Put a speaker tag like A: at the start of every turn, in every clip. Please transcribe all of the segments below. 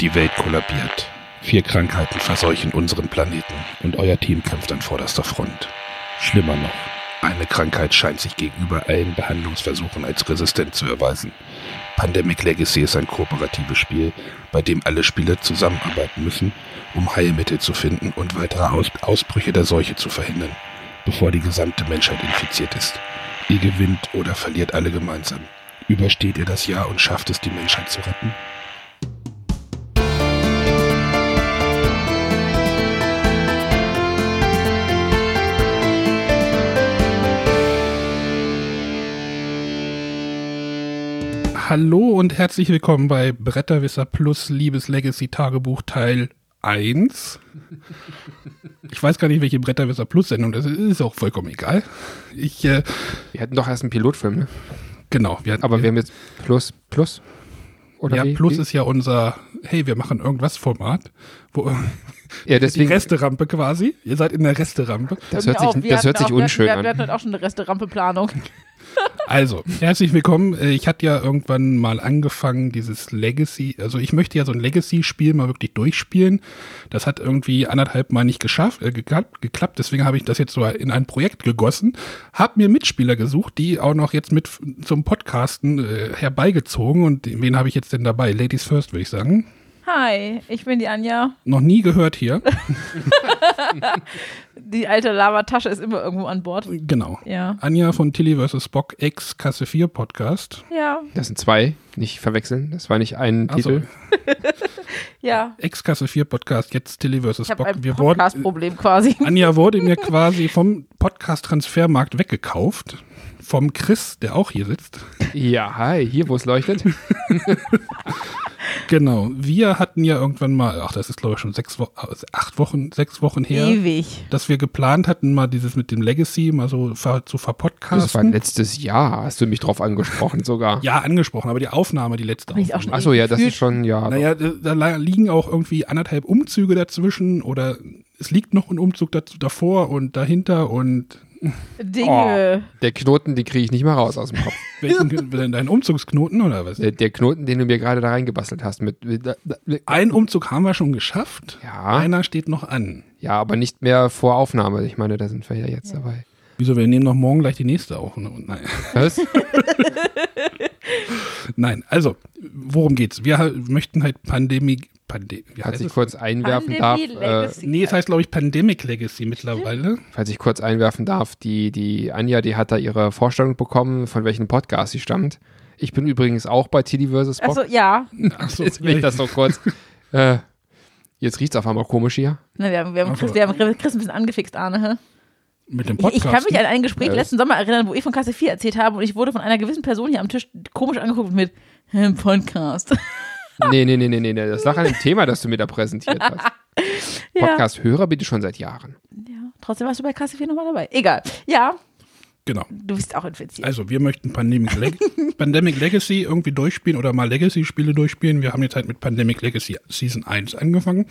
A: Die Welt kollabiert. Vier Krankheiten verseuchen unseren Planeten und euer Team kämpft an vorderster Front. Schlimmer noch, eine Krankheit scheint sich gegenüber allen Behandlungsversuchen als resistent zu erweisen. Pandemic Legacy ist ein kooperatives Spiel, bei dem alle Spieler zusammenarbeiten müssen, um Heilmittel zu finden und weitere Aus Ausbrüche der Seuche zu verhindern, bevor die gesamte Menschheit infiziert ist. Ihr gewinnt oder verliert alle gemeinsam. Übersteht ihr das Jahr und schafft es, die Menschheit zu retten? Hallo und herzlich willkommen bei Bretterwisser Plus Liebes Legacy Tagebuch Teil 1. Ich weiß gar nicht, welche Bretterwisser Plus Sendung das ist, ist auch vollkommen egal. Ich, äh,
B: Wir hatten doch erst einen Pilotfilm, ne?
A: genau, wir hatten,
B: Aber wir haben jetzt Plus, Plus? Oder
A: ja,
B: wie?
A: Plus
B: Wie?
A: ist ja unser, hey, wir machen irgendwas Format, wo
B: ja,
A: die
B: deswegen,
A: Resterampe quasi, ihr seid in der Resterampe.
B: das
C: Bei
B: hört
C: mir
B: sich,
C: auch. Wir
B: das
C: hatten
B: hört sich
C: auch, wir hatten-
B: unschön
C: wir, Wir
B: an.
C: hatten auch schon eine Restaurantplanung.
A: Also, herzlich willkommen. Äh, Ich hatte ja irgendwann mal angefangen, dieses Legacy, also ich möchte ja so ein Legacy-Spiel mal wirklich durchspielen. Das hat irgendwie anderthalb Mal nicht geschafft, äh, geklappt, geklappt. Deswegen habe ich das jetzt so in ein Projekt gegossen, habe mir Mitspieler gesucht, die auch noch jetzt mit f- zum Podcasten äh, herbeigezogen. Und wen habe ich jetzt denn dabei? Ladies first, würde ich sagen.
C: Hi, ich bin die Anja.
A: Noch nie gehört hier.
C: Die alte Lavatasche ist immer irgendwo an Bord.
A: genau.
C: Ja.
A: Anja von Tilly vs. Bock, ex-Kasse 4 Podcast.
C: Ja,
B: Das sind zwei, nicht verwechseln. Das war nicht ein
A: Ach so.
B: Titel.
C: ja.
A: Ex-Kasse 4 Podcast, jetzt Tilly vs.
C: Ich habe
A: Bock.
C: ein
A: Wir wurden
C: Podcast-Problem quasi.
A: Anja wurde mir quasi vom Podcast-Transfermarkt weggekauft. Vom Chris, der auch hier sitzt.
B: Ja, hi, hier, wo es leuchtet.
A: Genau. Wir hatten ja irgendwann mal, ach, das ist glaube ich schon sechs Wo äh, acht Wochen, sechs Wochen her,
C: Ewig.
A: dass wir geplant hatten, mal dieses mit dem Legacy mal so ver zu
B: Das war
A: verpodcasten.
B: letztes Jahr, hast du mich drauf angesprochen sogar.
A: Ja, angesprochen, aber die Aufnahme, die letzte
C: Bin ich auch
A: Aufnahme. Also,
B: Achso, ja, das ist schon, ja.
A: Naja, da da la- liegen auch irgendwie anderthalb Umzüge dazwischen oder es liegt noch ein Umzug dazu, davor und dahinter und
B: Oh,
C: Dinge.
B: der Knoten, den kriege ich nicht mal raus aus dem Kopf.
A: welchen, dein Umzugsknoten oder was?
B: Der, der Knoten, den du mir gerade da reingebastelt hast. Mit, mit,
A: Ein Umzug haben wir schon geschafft.
B: Ja.
A: Einer steht noch an.
B: ja, aber nicht mehr vor Aufnahme. Ich meine, da sind wir ja jetzt dabei.
A: Wieso, wir nehmen noch morgen gleich die nächste auf. ne? Und Nein.
B: Was?
A: Nein, also, worum geht's? Wir ha- möchten halt Pandemie. Pandemie wie
B: Falls
A: heißt
B: ich
A: es?
B: kurz einwerfen darf.
C: Pandemie,
B: Äh,
C: Legacy.
A: Nee, es heißt, glaube ich, Pandemic Legacy mittlerweile.
B: falls ich kurz einwerfen darf, die, die Anja, die hat da ihre Vorstellung bekommen, von welchem Podcast sie stammt. Ich bin übrigens auch bei Tilly vs. Bock.
C: Achso, ja.
A: Achso,
B: Jetzt will ich das noch kurz. äh, jetzt riecht es auf einmal komisch hier.
C: Na, wir, haben, wir, haben
A: Ach so.
C: Chris, wir haben Chris ein bisschen angefixt, Arne.
A: mit dem
C: hä? Ich,
A: Podcast. ne?
C: ich kann mich an ein Gespräch
B: Ja.
C: letzten Sommer erinnern, wo ich von Kasse 4 erzählt habe und ich wurde von einer gewissen Person hier am Tisch komisch angeguckt mit "Hä, Podcast.
B: Nee, nee, nee, nee, nee, nee. Das lag an dem Thema, das du mir da präsentiert hast.
C: ja.
B: Podcast-Hörer bitte schon seit Jahren.
C: ja. Trotzdem warst du bei Kasse 4 nochmal dabei. Egal. Ja,
A: genau.
C: du bist auch infiziert.
A: Also, wir möchten Pandemic, Leg Pandemic Legacy irgendwie durchspielen oder mal Legacy-Spiele durchspielen. Wir haben jetzt halt mit Pandemic Legacy Season 1 angefangen,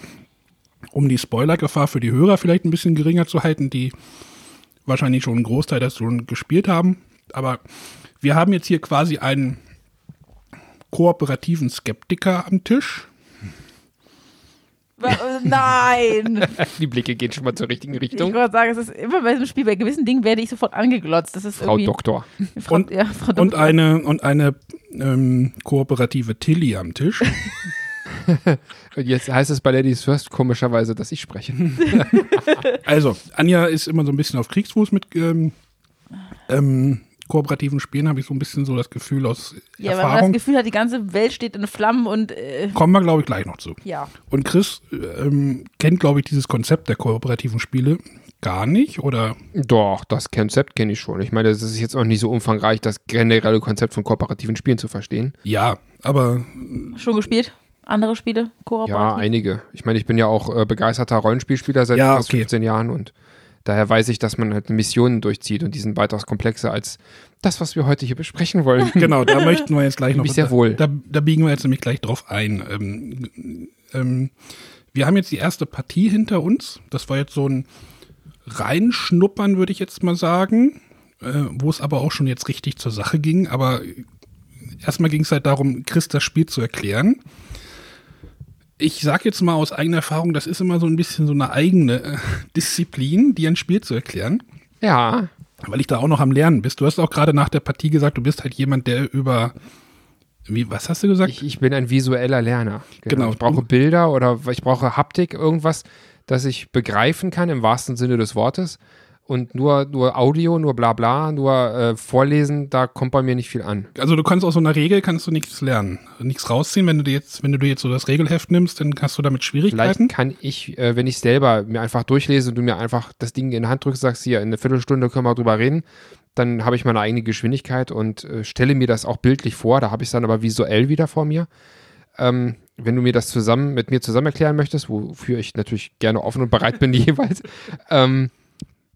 A: um die Spoilergefahr für die Hörer vielleicht ein bisschen geringer zu halten, die wahrscheinlich schon einen Großteil das schon gespielt haben. Aber wir haben jetzt hier quasi einen kooperativen Skeptiker am Tisch.
C: Wa- äh, Nein!
B: Die Blicke gehen schon mal zur richtigen
C: Ich wollte
B: Richtung.
C: gerade sagen, es ist immer bei diesem Spiel, bei gewissen Dingen werde ich sofort angeglotzt. Das ist
B: Frau
C: irgendwie,
B: Doktor.
C: Frau,
A: Und-
C: ja, Frau
A: Und
C: Doktor.
A: eine, und eine ähm, kooperative Tilly am Tisch.
B: Und jetzt heißt es bei Ladies First komischerweise, dass ich spreche.
A: Also, Anja ist immer so ein bisschen auf Kriegsfuß mit ähm, ähm, kooperativen Spielen, habe ich so ein bisschen so das Gefühl aus
C: ja, weil man das
A: Erfahrung.
C: Gefühl hat, die ganze Welt steht in Flammen und äh,
A: Kommen wir, glaube ich, gleich noch zu.
C: ja.
A: Und Chris äh, ähm, kennt, glaube ich, dieses Konzept der kooperativen Spiele gar nicht oder
B: Doch, das Konzept kenne ich schon. Ich meine, das ist jetzt auch nicht so umfangreich, das generelle Konzept von kooperativen Spielen zu verstehen.
A: ja, aber
C: Schon gespielt? Andere Spiele?
B: Ja,
C: Kooperativ?
B: einige. Ich meine, ich bin ja auch äh, begeisterter Rollenspielspieler seit
A: Ja,
B: fast
A: okay.
B: 15 Jahren und daher weiß ich, dass man halt Missionen durchzieht und die sind weitaus komplexer als das, was wir heute hier besprechen wollen.
A: genau, da möchten wir jetzt gleich noch.
B: Mich sehr wohl.
A: Da, da biegen wir jetzt nämlich gleich drauf ein. Ähm, ähm, wir haben jetzt die erste Partie hinter uns. Das war jetzt so ein Reinschnuppern, würde ich jetzt mal sagen, äh, wo es aber auch schon jetzt richtig zur Sache ging. Aber erstmal ging es halt darum, Chris das Spiel zu erklären. ich sage jetzt mal aus eigener Erfahrung, das ist immer so ein bisschen so eine eigene äh, Disziplin, dir ein Spiel zu erklären,
B: Ja.
A: weil ich da auch noch am Lernen bist. Du hast auch gerade nach der Partie gesagt, du bist halt jemand, der über, wie, was hast du gesagt?
B: Ich, ich bin ein visueller Lerner.
A: Genau.
B: Ich brauche Bilder oder ich brauche Haptik, irgendwas, das ich begreifen kann im wahrsten Sinne des Wortes. Und nur, nur Audio, nur bla bla, nur äh, Vorlesen, da kommt bei mir nicht viel an.
A: also du kannst aus so einer Regel kannst du nichts lernen, nichts rausziehen. Wenn du dir jetzt, wenn du dir jetzt so das Regelheft nimmst, dann hast du damit Schwierigkeiten.
B: Vielleicht kann ich, äh, wenn ich selber mir einfach durchlese und du mir einfach das Ding in die Hand drückst, sagst, hier, in einer Viertelstunde können wir drüber reden, dann habe ich meine eigene Geschwindigkeit und äh, stelle mir das auch bildlich vor. Da habe ich es dann aber visuell wieder vor mir. Ähm, wenn du mir das zusammen mit mir zusammen erklären möchtest, wofür ich natürlich gerne offen und bereit bin jeweils, ähm,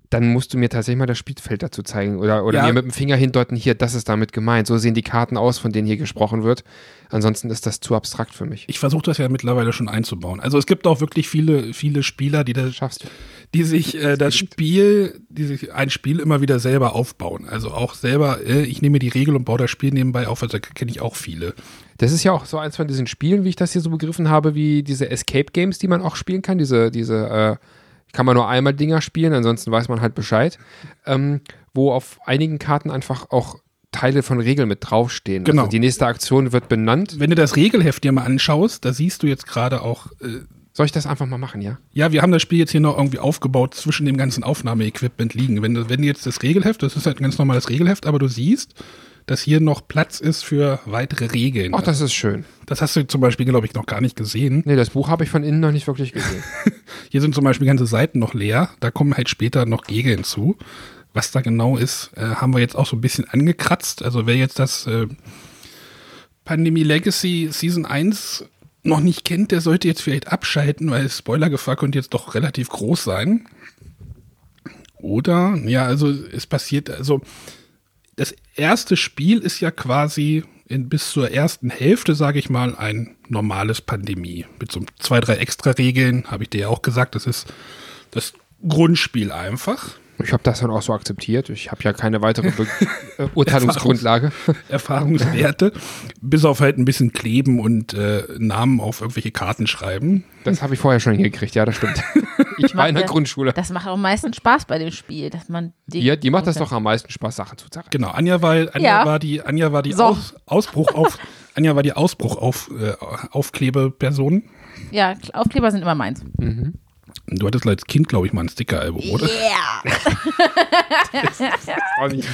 B: dann musst du mir tatsächlich mal das Spielfeld dazu zeigen oder, oder
A: Ja.
B: mir mit dem Finger hindeuten, hier, das ist damit gemeint. So sehen die Karten aus, von denen hier gesprochen wird. Ansonsten ist das zu abstrakt für mich.
A: Ich versuche das ja mittlerweile schon einzubauen. Also es gibt auch wirklich viele, viele Spieler, die, das,
B: Schaffst du.
A: die sich äh, das Spiel, die sich ein Spiel immer wieder selber aufbauen. Also auch selber, äh, ich nehme die Regel und baue das Spiel nebenbei auf. Also kenne ich auch viele.
B: Das ist ja auch so eins von diesen Spielen, wie ich das hier so begriffen habe, wie diese Escape Games, die man auch spielen kann. Diese, diese, äh, kann man nur einmal Dinger spielen, ansonsten weiß man halt Bescheid. Ähm, wo auf einigen Karten einfach auch Teile von Regeln mit draufstehen.
A: Genau.
B: Also die nächste Aktion wird benannt.
A: Wenn du das Regelheft dir mal anschaust, da siehst du jetzt gerade auch, äh,
B: Soll ich das einfach mal machen, ja?
A: ja, wir haben das Spiel jetzt hier noch irgendwie aufgebaut zwischen dem ganzen Aufnahmeequipment liegen. Wenn, du- wenn jetzt das Regelheft, das ist halt ein ganz normales Regelheft, aber du siehst, dass hier noch Platz ist für weitere Regeln.
B: Ach, das ist schön.
A: Das hast du zum Beispiel, glaube ich, noch gar nicht gesehen.
B: Nee, das Buch habe ich von innen noch nicht wirklich gesehen.
A: Hier sind zum Beispiel ganze Seiten noch leer. Da kommen halt später noch Gegeln zu. Was da genau ist, äh, haben wir jetzt auch so ein bisschen angekratzt. Also wer jetzt das äh, Pandemie Legacy Season 1 noch nicht kennt, der sollte jetzt vielleicht abschalten, weil Spoilergefahr könnte jetzt doch relativ groß sein. Oder, ja, also es passiert, also das erste Spiel ist ja quasi in, bis zur ersten Hälfte, sage ich mal, ein normales Pandemie. Mit so zwei, drei extra Regeln, habe ich dir ja auch gesagt, das ist das Grundspiel einfach.
B: Ich habe das dann auch so akzeptiert. Ich habe ja keine weitere Be äh, Urteilungsgrundlage.
A: Erfahrungswerte, bis auf halt ein bisschen kleben und äh, Namen auf irgendwelche Karten schreiben.
B: Das habe ich vorher schon hingekriegt, ja, das stimmt. Ich war in der
C: Ja,
B: Grundschule.
C: Das macht am meisten Spaß bei dem Spiel, dass man die.
B: Ja, die macht das doch am meisten Spaß, Sachen zu zerreißen.
A: Genau, Anja war, Anja
C: Ja.
A: war die, Anja war die
C: So.
A: Aus, Ausbruch auf, Anja war die Ausbruch auf, äh, Aufklebeperson.
C: Ja, Aufkleber sind immer meins.
A: Du hattest als Kind, glaube ich, mal ein Sticker-Album, oder?
C: Yeah!
B: auch nicht.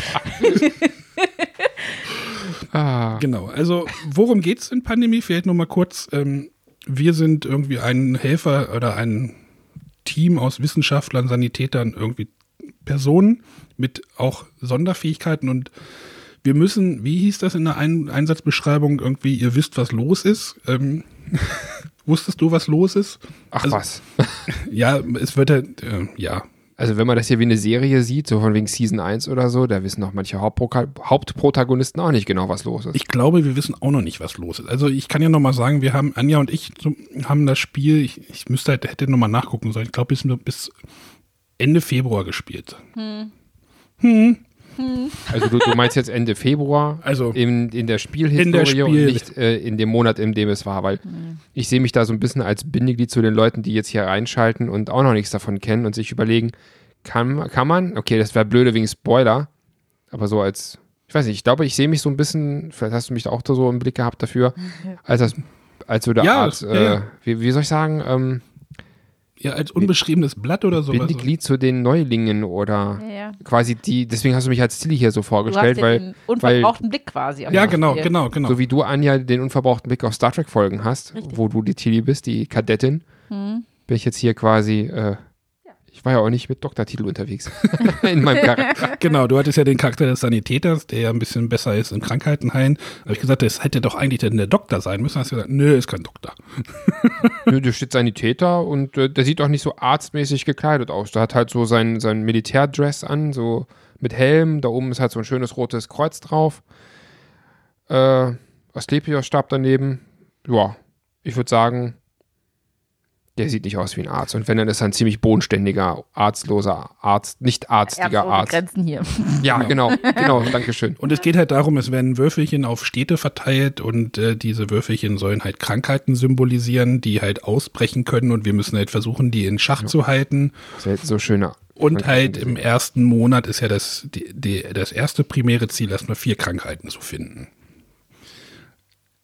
B: ah,
A: Genau, also worum geht's in Pandemie? Vielleicht nur mal kurz. Ähm, wir sind irgendwie ein Helfer oder ein Team aus Wissenschaftlern, Sanitätern, irgendwie Personen mit auch Sonderfähigkeiten und wir müssen, wie hieß das in der ein Einsatzbeschreibung, irgendwie, ihr wisst, was los ist. Ähm, wusstest du, was los ist?
B: ach
A: also,
B: was.
A: Ja, es wird halt, äh, ja,
B: Also wenn man das hier wie eine Serie sieht, so von wegen Season 1 oder so, da wissen noch manche Hauptproka Hauptprotagonisten auch nicht genau, was los ist.
A: Ich glaube, wir wissen auch noch nicht, was los ist. Also ich kann ja noch mal sagen, wir haben, Anja und ich so, haben das Spiel, ich, ich müsste halt, hätte noch mal nachgucken sollen. Ich glaube, bis, bis Ende Februar gespielt.
B: also du, du meinst jetzt Ende Februar
A: Also-
B: in, in der Spielhistorie
A: In der Spiel-
B: und nicht äh, in dem Monat, in dem es war, weil
C: Mhm.
B: ich sehe mich da so ein bisschen als Bindeglied zu den Leuten, die jetzt hier reinschalten und auch noch nichts davon kennen und sich überlegen, kann, kann man, okay, das wäre blöde wegen Spoiler, aber so als, ich weiß nicht, ich glaube, ich sehe mich so ein bisschen, vielleicht hast du mich da auch so im Blick gehabt dafür, als das, als so der
A: Ja,
B: Art,
A: ja,
B: äh,
A: ja.
B: Wie, wie soll ich sagen, ähm,
A: Ja, als unbeschriebenes Blatt oder sowas.
B: Bindeglied zu den Neulingen oder
C: Ja, ja.
B: quasi die, deswegen hast du mich als Tilly hier so
C: Du hast
B: vorgestellt, weil,
C: den unverbrauchten Blick quasi. auf
A: Ja,
C: das
A: genau,
C: Spiel.
A: genau, genau.
B: so wie du, Anja, den unverbrauchten Blick auf Star Trek-Folgen hast, wo du die Tilly bist, die Kadettin, bin ich jetzt hier quasi, äh, ich war ja auch nicht mit Doktortitel unterwegs in meinem Charakter.
A: genau, du hattest ja den Charakter des Sanitäters, der ja ein bisschen besser ist in Krankheiten heilen. Habe ich gesagt, das hätte doch eigentlich denn der Doktor sein müssen. Hast du gesagt, nö, ist kein Doktor.
B: Nö, da steht Sanitäter und äh, der sieht auch nicht so arztmäßig gekleidet aus. Der hat halt so sein, sein Militärdress an, so mit Helm. Da oben ist halt so ein schönes rotes Kreuz drauf. Äh, Asklepios-Stab daneben. Ja, ich würde sagen, Der sieht nicht aus wie ein Arzt. Und wenn, dann ist er ein ziemlich bodenständiger, arztloser Arzt, nicht arstiger
C: Ärzte ohne
B: Arzt.
C: Grenzen hier.
B: Ja, genau, genau, Dankeschön.
A: Und es geht halt darum, es werden Würfelchen auf Städte verteilt und äh, diese Würfelchen sollen halt Krankheiten symbolisieren, die halt ausbrechen können und wir müssen halt versuchen, die in Schach zu halten.
B: Selten so schöner.
A: Und halt im ersten Monat ist ja das, die, die, das erste primäre Ziel, erstmal vier Krankheiten zu finden.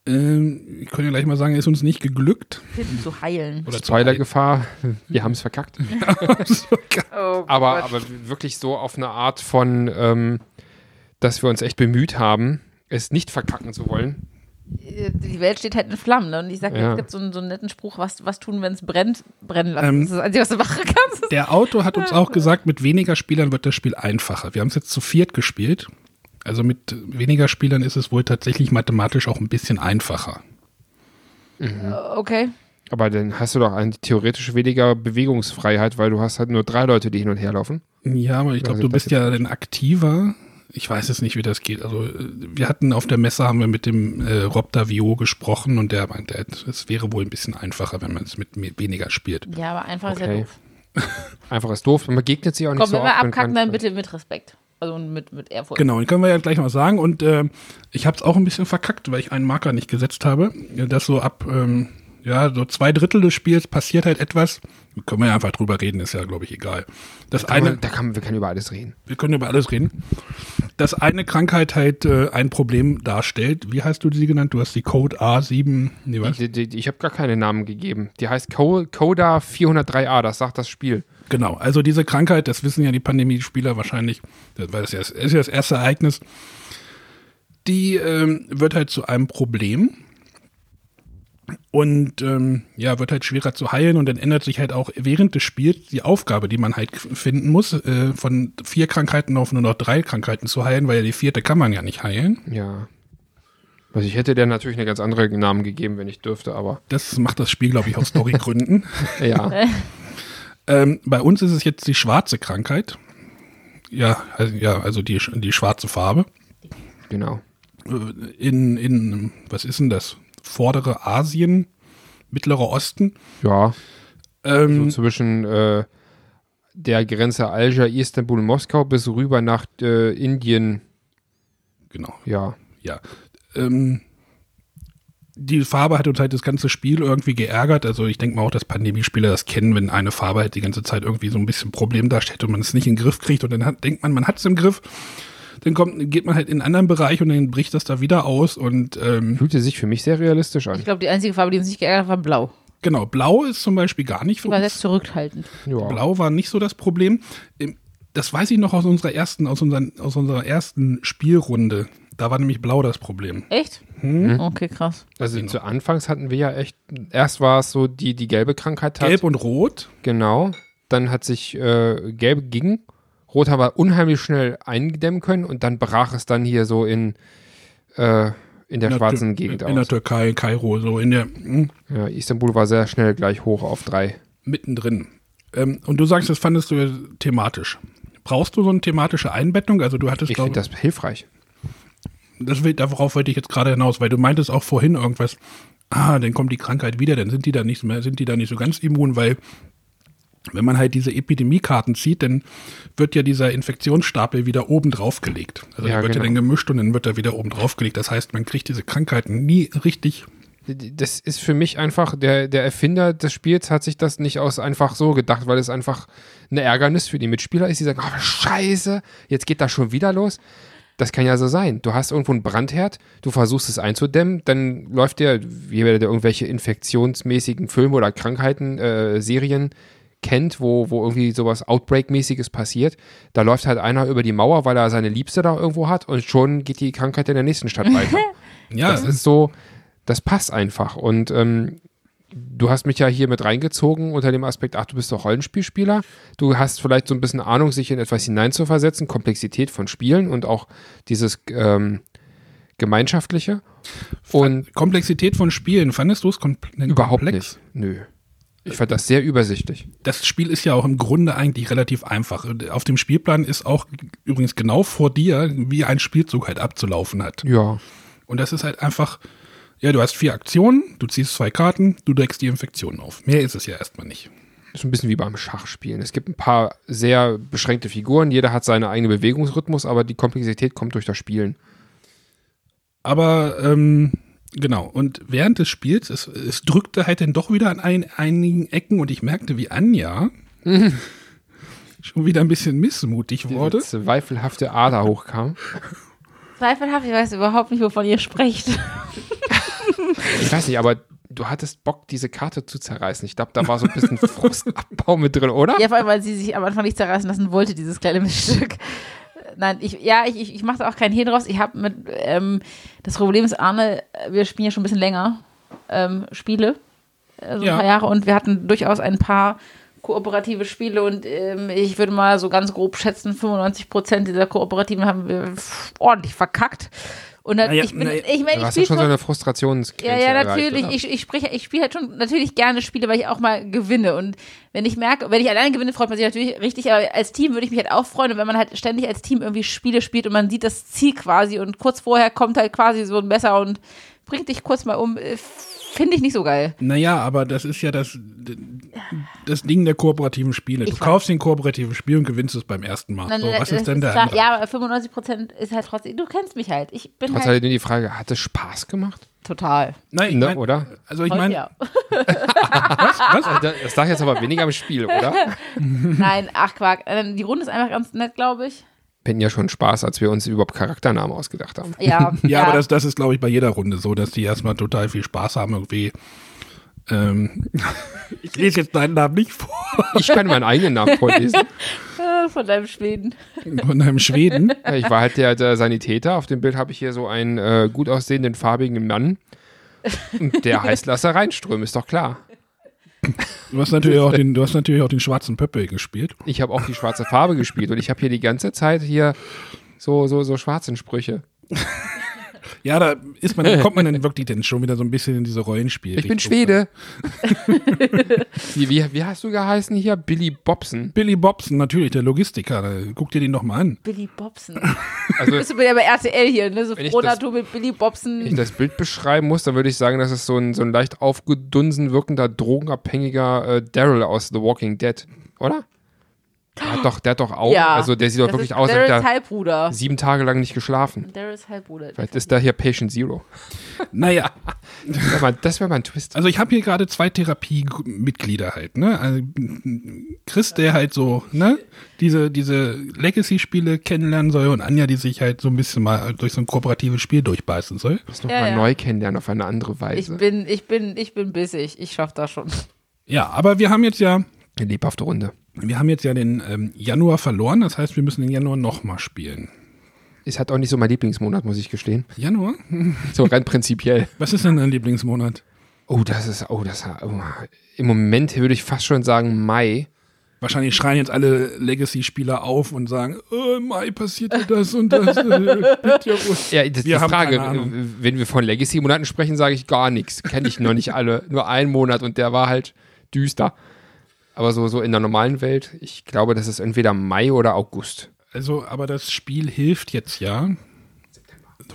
A: Ähm, ich kann ja gleich mal sagen, ist uns nicht geglückt.
C: Finden zu heilen.
A: Oder zu halten.
B: Spoilergefahr, wir haben es verkackt.
A: So, geil.
C: Oh
B: Aber, aber wirklich so auf eine Art von, ähm, dass wir uns echt bemüht haben, es nicht verkacken zu wollen.
C: die Welt steht halt in Flammen. Ne? Und ich sag,
B: Ja.
C: es gibt so einen, so einen netten Spruch, was, was tun, wenn es brennt? Brennen lassen.
A: Ähm,
C: das ist das Einzige, was du machen kannst.
A: Der Autor hat uns auch gesagt, mit weniger Spielern wird das Spiel einfacher. Wir haben es jetzt zu viert gespielt. Also mit weniger Spielern ist es wohl tatsächlich mathematisch auch ein bisschen einfacher.
C: Okay.
B: Aber dann hast du doch eigentlich theoretisch weniger Bewegungsfreiheit, weil du hast halt nur drei Leute, die hin und her laufen.
A: Ja, aber ich glaube, du
B: Also das
A: bist ja dann aktiver. Ich weiß es nicht, wie das geht. Also äh, wir hatten auf der Messe, haben wir mit dem äh, Rob Davio gesprochen und der meinte, äh, es wäre wohl ein bisschen einfacher, wenn man es mit me- weniger spielt.
C: Ja, aber einfach ist ja
B: Okay.
C: doof.
B: Einfach ist doof, man begegnet sich auch nicht
C: Komm,
B: so
C: wenn wir
B: oft. man
C: abkacken,
B: kann-
C: dann bitte mit Respekt. Also mit, mit Ehrfurcht.
A: Genau, den können wir ja gleich mal sagen. Und äh, ich habe es auch ein bisschen verkackt, weil ich einen Marker nicht gesetzt habe. Das so ab, ähm, ja, so zwei Drittel des Spiels passiert halt etwas. Können wir ja einfach drüber reden, ist ja, glaube ich, egal. Das
B: Kann
A: eine,
B: man, da kann man, wir können über alles reden.
A: wir können über alles reden. Dass eine Krankheit halt äh, ein Problem darstellt. Wie hast du die genannt? Du hast die Code A7, nee, was?
B: Die, die, die, ich habe gar keine Namen gegeben. Die heißt Co- Coda 403a, das sagt das Spiel.
A: Genau, also diese Krankheit, das wissen ja die Pandemie-Spieler wahrscheinlich, das war das, erste, ist ja das erste Ereignis, die ähm, wird halt zu einem Problem und ähm, ja, wird halt schwerer zu heilen und dann ändert sich halt auch während des Spiels die Aufgabe, die man halt finden muss, äh, von vier Krankheiten auf nur noch drei Krankheiten zu heilen, weil ja die vierte kann man ja nicht heilen.
B: Ja. Also ich hätte der natürlich eine ganz andere Namen gegeben, wenn ich dürfte, aber
A: Das macht das Spiel, glaube ich, aus Storygründen.
B: ja.
A: Ähm, bei uns ist es jetzt die schwarze Krankheit. Ja, also, ja, also die, die schwarze Farbe.
B: genau.
A: Äh, In, in, was ist denn das? Vordere Asien, Mittlerer Osten.
B: Ja,
A: Ähm,
B: so zwischen äh, der Grenze Alger, Istanbul, Moskau bis rüber nach äh, Indien.
A: genau,
B: Ja,
A: ja. Ähm, die Farbe hat uns halt das ganze Spiel irgendwie geärgert. Also ich denke mal auch, dass Pandemie-Spieler das kennen, wenn eine Farbe halt die ganze Zeit irgendwie so ein bisschen Problem darstellt und man es nicht in den Griff kriegt und dann hat, denkt man, man hat es im Griff. Dann kommt, geht man halt in einen anderen Bereich und dann bricht das da wieder aus und ähm,
B: fühlte sich für mich sehr realistisch
C: Ich
B: an.
C: glaube, die einzige Farbe, die uns nicht geärgert hat, war blau.
A: Genau, blau ist zum Beispiel gar nicht für
C: Die war sehr
A: uns.
C: zurückhaltend.
B: Ja.
A: Blau war nicht so das Problem. Ähm, Das weiß ich noch aus unserer ersten, aus unseren, aus unserer ersten Spielrunde. Da war nämlich blau das Problem.
C: Echt? Okay, krass.
B: Also
A: genau.
B: zu Anfangs hatten wir ja echt, erst war es so die, die gelbe Krankheit hat.
A: Gelb und Rot.
B: Genau. Dann hat sich äh, gelb ging. Rot haben wir unheimlich schnell eindämmen können und dann brach es dann hier so in, äh, in der
A: In
B: schwarzen
A: Tür-
B: Gegend
A: In der
B: aus.
A: Türkei, Kairo, so in der hm,
B: Ja, Istanbul war sehr schnell gleich hoch auf drei.
A: mittendrin. Ähm, und du sagst, das fandest du ja thematisch. Brauchst du so eine thematische Einbettung? Also du hattest,
B: Ich
A: glaube
B: finde das hilfreich.
A: das will, darauf wollte ich jetzt gerade hinaus, weil du meintest auch vorhin irgendwas, ah, dann kommt die Krankheit wieder, dann sind die da nicht mehr, sind die da nicht so ganz immun, weil wenn man halt diese Epidemiekarten zieht, dann wird ja dieser Infektionsstapel wieder oben drauf gelegt. Also
B: Ja,
A: der wird
B: genau.
A: ja dann gemischt und dann wird er wieder oben drauf gelegt. Das heißt, man kriegt diese Krankheiten nie richtig.
B: das ist für mich einfach, der, der Erfinder des Spiels hat sich das nicht aus einfach so gedacht, weil es einfach eine Ärgernis für die Mitspieler ist, die sagen, oh, scheiße, jetzt geht das schon wieder los. Das kann ja so sein. Du hast irgendwo einen Brandherd, du versuchst es einzudämmen, dann läuft dir, wie ihr irgendwelche infektionsmäßigen Filme oder Krankheiten, äh, Serien kennt, wo, wo irgendwie sowas Outbreak-mäßiges passiert, da läuft halt einer über die Mauer, weil er seine Liebste da irgendwo hat und schon geht die Krankheit in der nächsten Stadt weiter.
A: Ja,
B: Das ist so, das passt einfach. Und ähm, du hast mich ja hier mit reingezogen unter dem Aspekt, ach, du bist doch Rollenspielspieler. Du hast vielleicht so ein bisschen Ahnung, sich in etwas hineinzuversetzen, Komplexität von Spielen und auch dieses ähm, Gemeinschaftliche. Und
A: Komplexität von Spielen. Fandest du es komple ne,
B: überhaupt
A: komplex?
B: nicht. Nö. Ich fand das sehr übersichtlich.
A: das Spiel ist ja auch im Grunde eigentlich relativ einfach. Auf dem Spielplan ist auch übrigens genau vor dir, wie ein Spielzug halt abzulaufen hat.
B: Ja.
A: Und das ist halt einfach, Ja, du hast vier Aktionen, du ziehst zwei Karten, du deckst die Infektion auf. Mehr ist es ja erstmal nicht.
B: Ist ein bisschen wie beim Schachspielen. Es gibt ein paar sehr beschränkte Figuren. Jeder hat seinen eigenen Bewegungsrhythmus, aber die Komplexität kommt durch das Spielen.
A: Aber ähm, genau, und während des Spiels, es, es drückte halt dann doch wieder an ein, einigen Ecken und ich merkte, wie Anja schon wieder ein bisschen missmutig
B: Mhm. Diese
A: wurde.
B: zweifelhafte Ader hochkam.
C: Zweifelhaft, ich weiß überhaupt nicht, wovon ihr sprecht.
B: Ich weiß nicht, aber du hattest Bock, diese Karte zu zerreißen. Ich glaube, da war so ein bisschen Frustabbau mit drin, oder?
C: Ja, vor allem, weil sie sich am Anfang nicht zerreißen lassen wollte, dieses kleine Miststück. Nein, ich, ja, ich, ich, ich mache da auch keinen Hehl draus. Ich habe mit, ähm, das Problem ist, Arne, wir spielen ja schon ein bisschen länger ähm, Spiele, also
A: Ja.
C: ein paar Jahre, und wir hatten durchaus ein paar kooperative Spiele und ähm, ich würde mal so ganz grob schätzen, 95 Prozent dieser kooperativen haben wir pff, ordentlich verkackt. Und dann,
A: Naja,
C: ich bin,
A: naja.
C: ich meine,
B: Du hast
C: ich
B: ja
C: spiele
B: schon so
C: schon
B: eine Frustrationsgrenze
C: ja, ja,
B: erreicht,
C: natürlich.
B: oder?
C: Ich, ich spreche, ich spiele halt schon natürlich gerne Spiele, weil ich auch mal gewinne. Und wenn ich merke, wenn ich alleine gewinne, freut man sich natürlich richtig, aber als Team würde ich mich halt auch freuen. Und wenn man halt ständig als Team irgendwie Spiele spielt und man sieht das Ziel quasi und kurz vorher kommt halt quasi so ein Messer und bringt dich kurz mal um, äh, finde ich nicht so geil.
A: Naja, aber das ist ja das, das Ding der kooperativen Spiele. Du
C: Ich weiß.
A: kaufst den kooperativen Spiel und gewinnst es beim ersten Mal.
C: Nein,
A: so,
C: nein,
A: was
C: das
A: ist denn der
C: klar.
A: andere?
C: Ja, aber 95 Prozent ist halt trotzdem, du kennst mich halt. Ich bin
B: Trotz
C: halt
B: alledem die Frage, hat es Spaß gemacht?
C: total.
A: Nein, ich
B: Ne,
A: mein,
B: oder?
A: Also ich
C: Voll,
A: meine,
C: ja.
B: Da- Also, Das lag jetzt aber weniger im Spiel, oder?
C: Nein, ach Quark. Äh, Die Runde ist einfach ganz nett, glaube ich.
B: Wir hatten ja schon Spaß, als wir uns überhaupt Charakternamen ausgedacht haben.
C: Ja,
A: Ja, aber das, das ist, glaube ich, bei jeder Runde so, dass die erstmal total viel Spaß haben, irgendwie. Ähm, ich lese jetzt deinen Namen nicht vor.
B: Ich kann meinen eigenen Namen vorlesen.
C: Äh, von deinem Schweden.
A: Von einem Schweden.
B: Ja, Ich war halt der, der Sanitäter. Auf dem Bild habe ich hier so einen äh, gut aussehenden, farbigen Mann. Und der heißt Lasse Reinström, ist doch klar.
A: Du hast natürlich auch den, du hast natürlich auch den schwarzen Pöppel gespielt.
B: Ich habe auch die schwarze Farbe gespielt und ich habe hier die ganze Zeit hier so, so, so schwarzen Sprüche.
A: Ja, da ist man, da kommt man dann wirklich dann schon wieder so ein bisschen in diese Rollenspiele.
B: Ich bin Schwede. wie, wie, wie hast du geheißen hier? Billy Bobson.
A: Billy Bobson, natürlich, der Logistiker. Guck dir den doch mal an.
C: Billy Bobson.
B: Also,
C: Bist du ja bei RTL hier, ne? So
B: Wenn ich
C: froh,
B: das-
C: dass du mit Billy
B: wenn ich
C: Bobson.
B: das Bild beschreiben muss, dann würde ich sagen, das ist so ein, so ein leicht aufgedunsen wirkender, drogenabhängiger äh, Daryl aus The Walking Dead, oder? Der hat doch, der hat doch Augen,
C: Ja.
B: also der sieht doch
C: das
B: wirklich
C: ist
B: aus, als
C: Daryls
B: hätte er
C: Halbbruder.
B: sieben Tage lang nicht geschlafen.
C: Daryls Halbbruder.
B: Vielleicht ist da hier Patient Zero.
A: Naja,
B: Das wäre mal, das wär mal ein Twist.
A: also ich habe hier gerade zwei Therapiemitglieder halt, ne? Also Chris, der halt so, ne, diese, diese Legacy-Spiele kennenlernen soll und Anja, die sich halt so ein bisschen mal durch so ein kooperatives Spiel durchbeißen soll.
B: Das noch
C: Ja,
B: mal
C: ja.
B: neu kennenlernen auf eine andere Weise.
C: Ich bin, ich bin, ich bin bissig. Ich schaff das schon.
A: Ja, aber wir haben jetzt ja,
B: Eine lebhafte Runde.
A: wir haben jetzt ja den ähm, Januar verloren, das heißt, wir müssen den Januar nochmal spielen.
B: Ist halt auch nicht so mein Lieblingsmonat, muss ich gestehen.
A: Januar?
B: So rein prinzipiell.
A: Was ist denn dein Lieblingsmonat?
B: Oh, das ist, oh, das oh, Im Moment würde ich fast schon sagen Mai.
A: Wahrscheinlich schreien jetzt alle Legacy-Spieler auf und sagen, äh, im Mai passiert dir das und das. Äh, bitte ja wohl.
B: Ja, das
A: Wir
B: ist die
A: haben
B: Frage.
A: keine Ahnung.
B: Wenn wir von Legacy-Monaten sprechen, sage ich gar nichts. Kenne ich noch nicht alle. Nur einen Monat und der war halt düster. Aber so, so in der normalen Welt, ich glaube, das ist entweder Mai oder August.
A: Also, aber das Spiel hilft jetzt ja.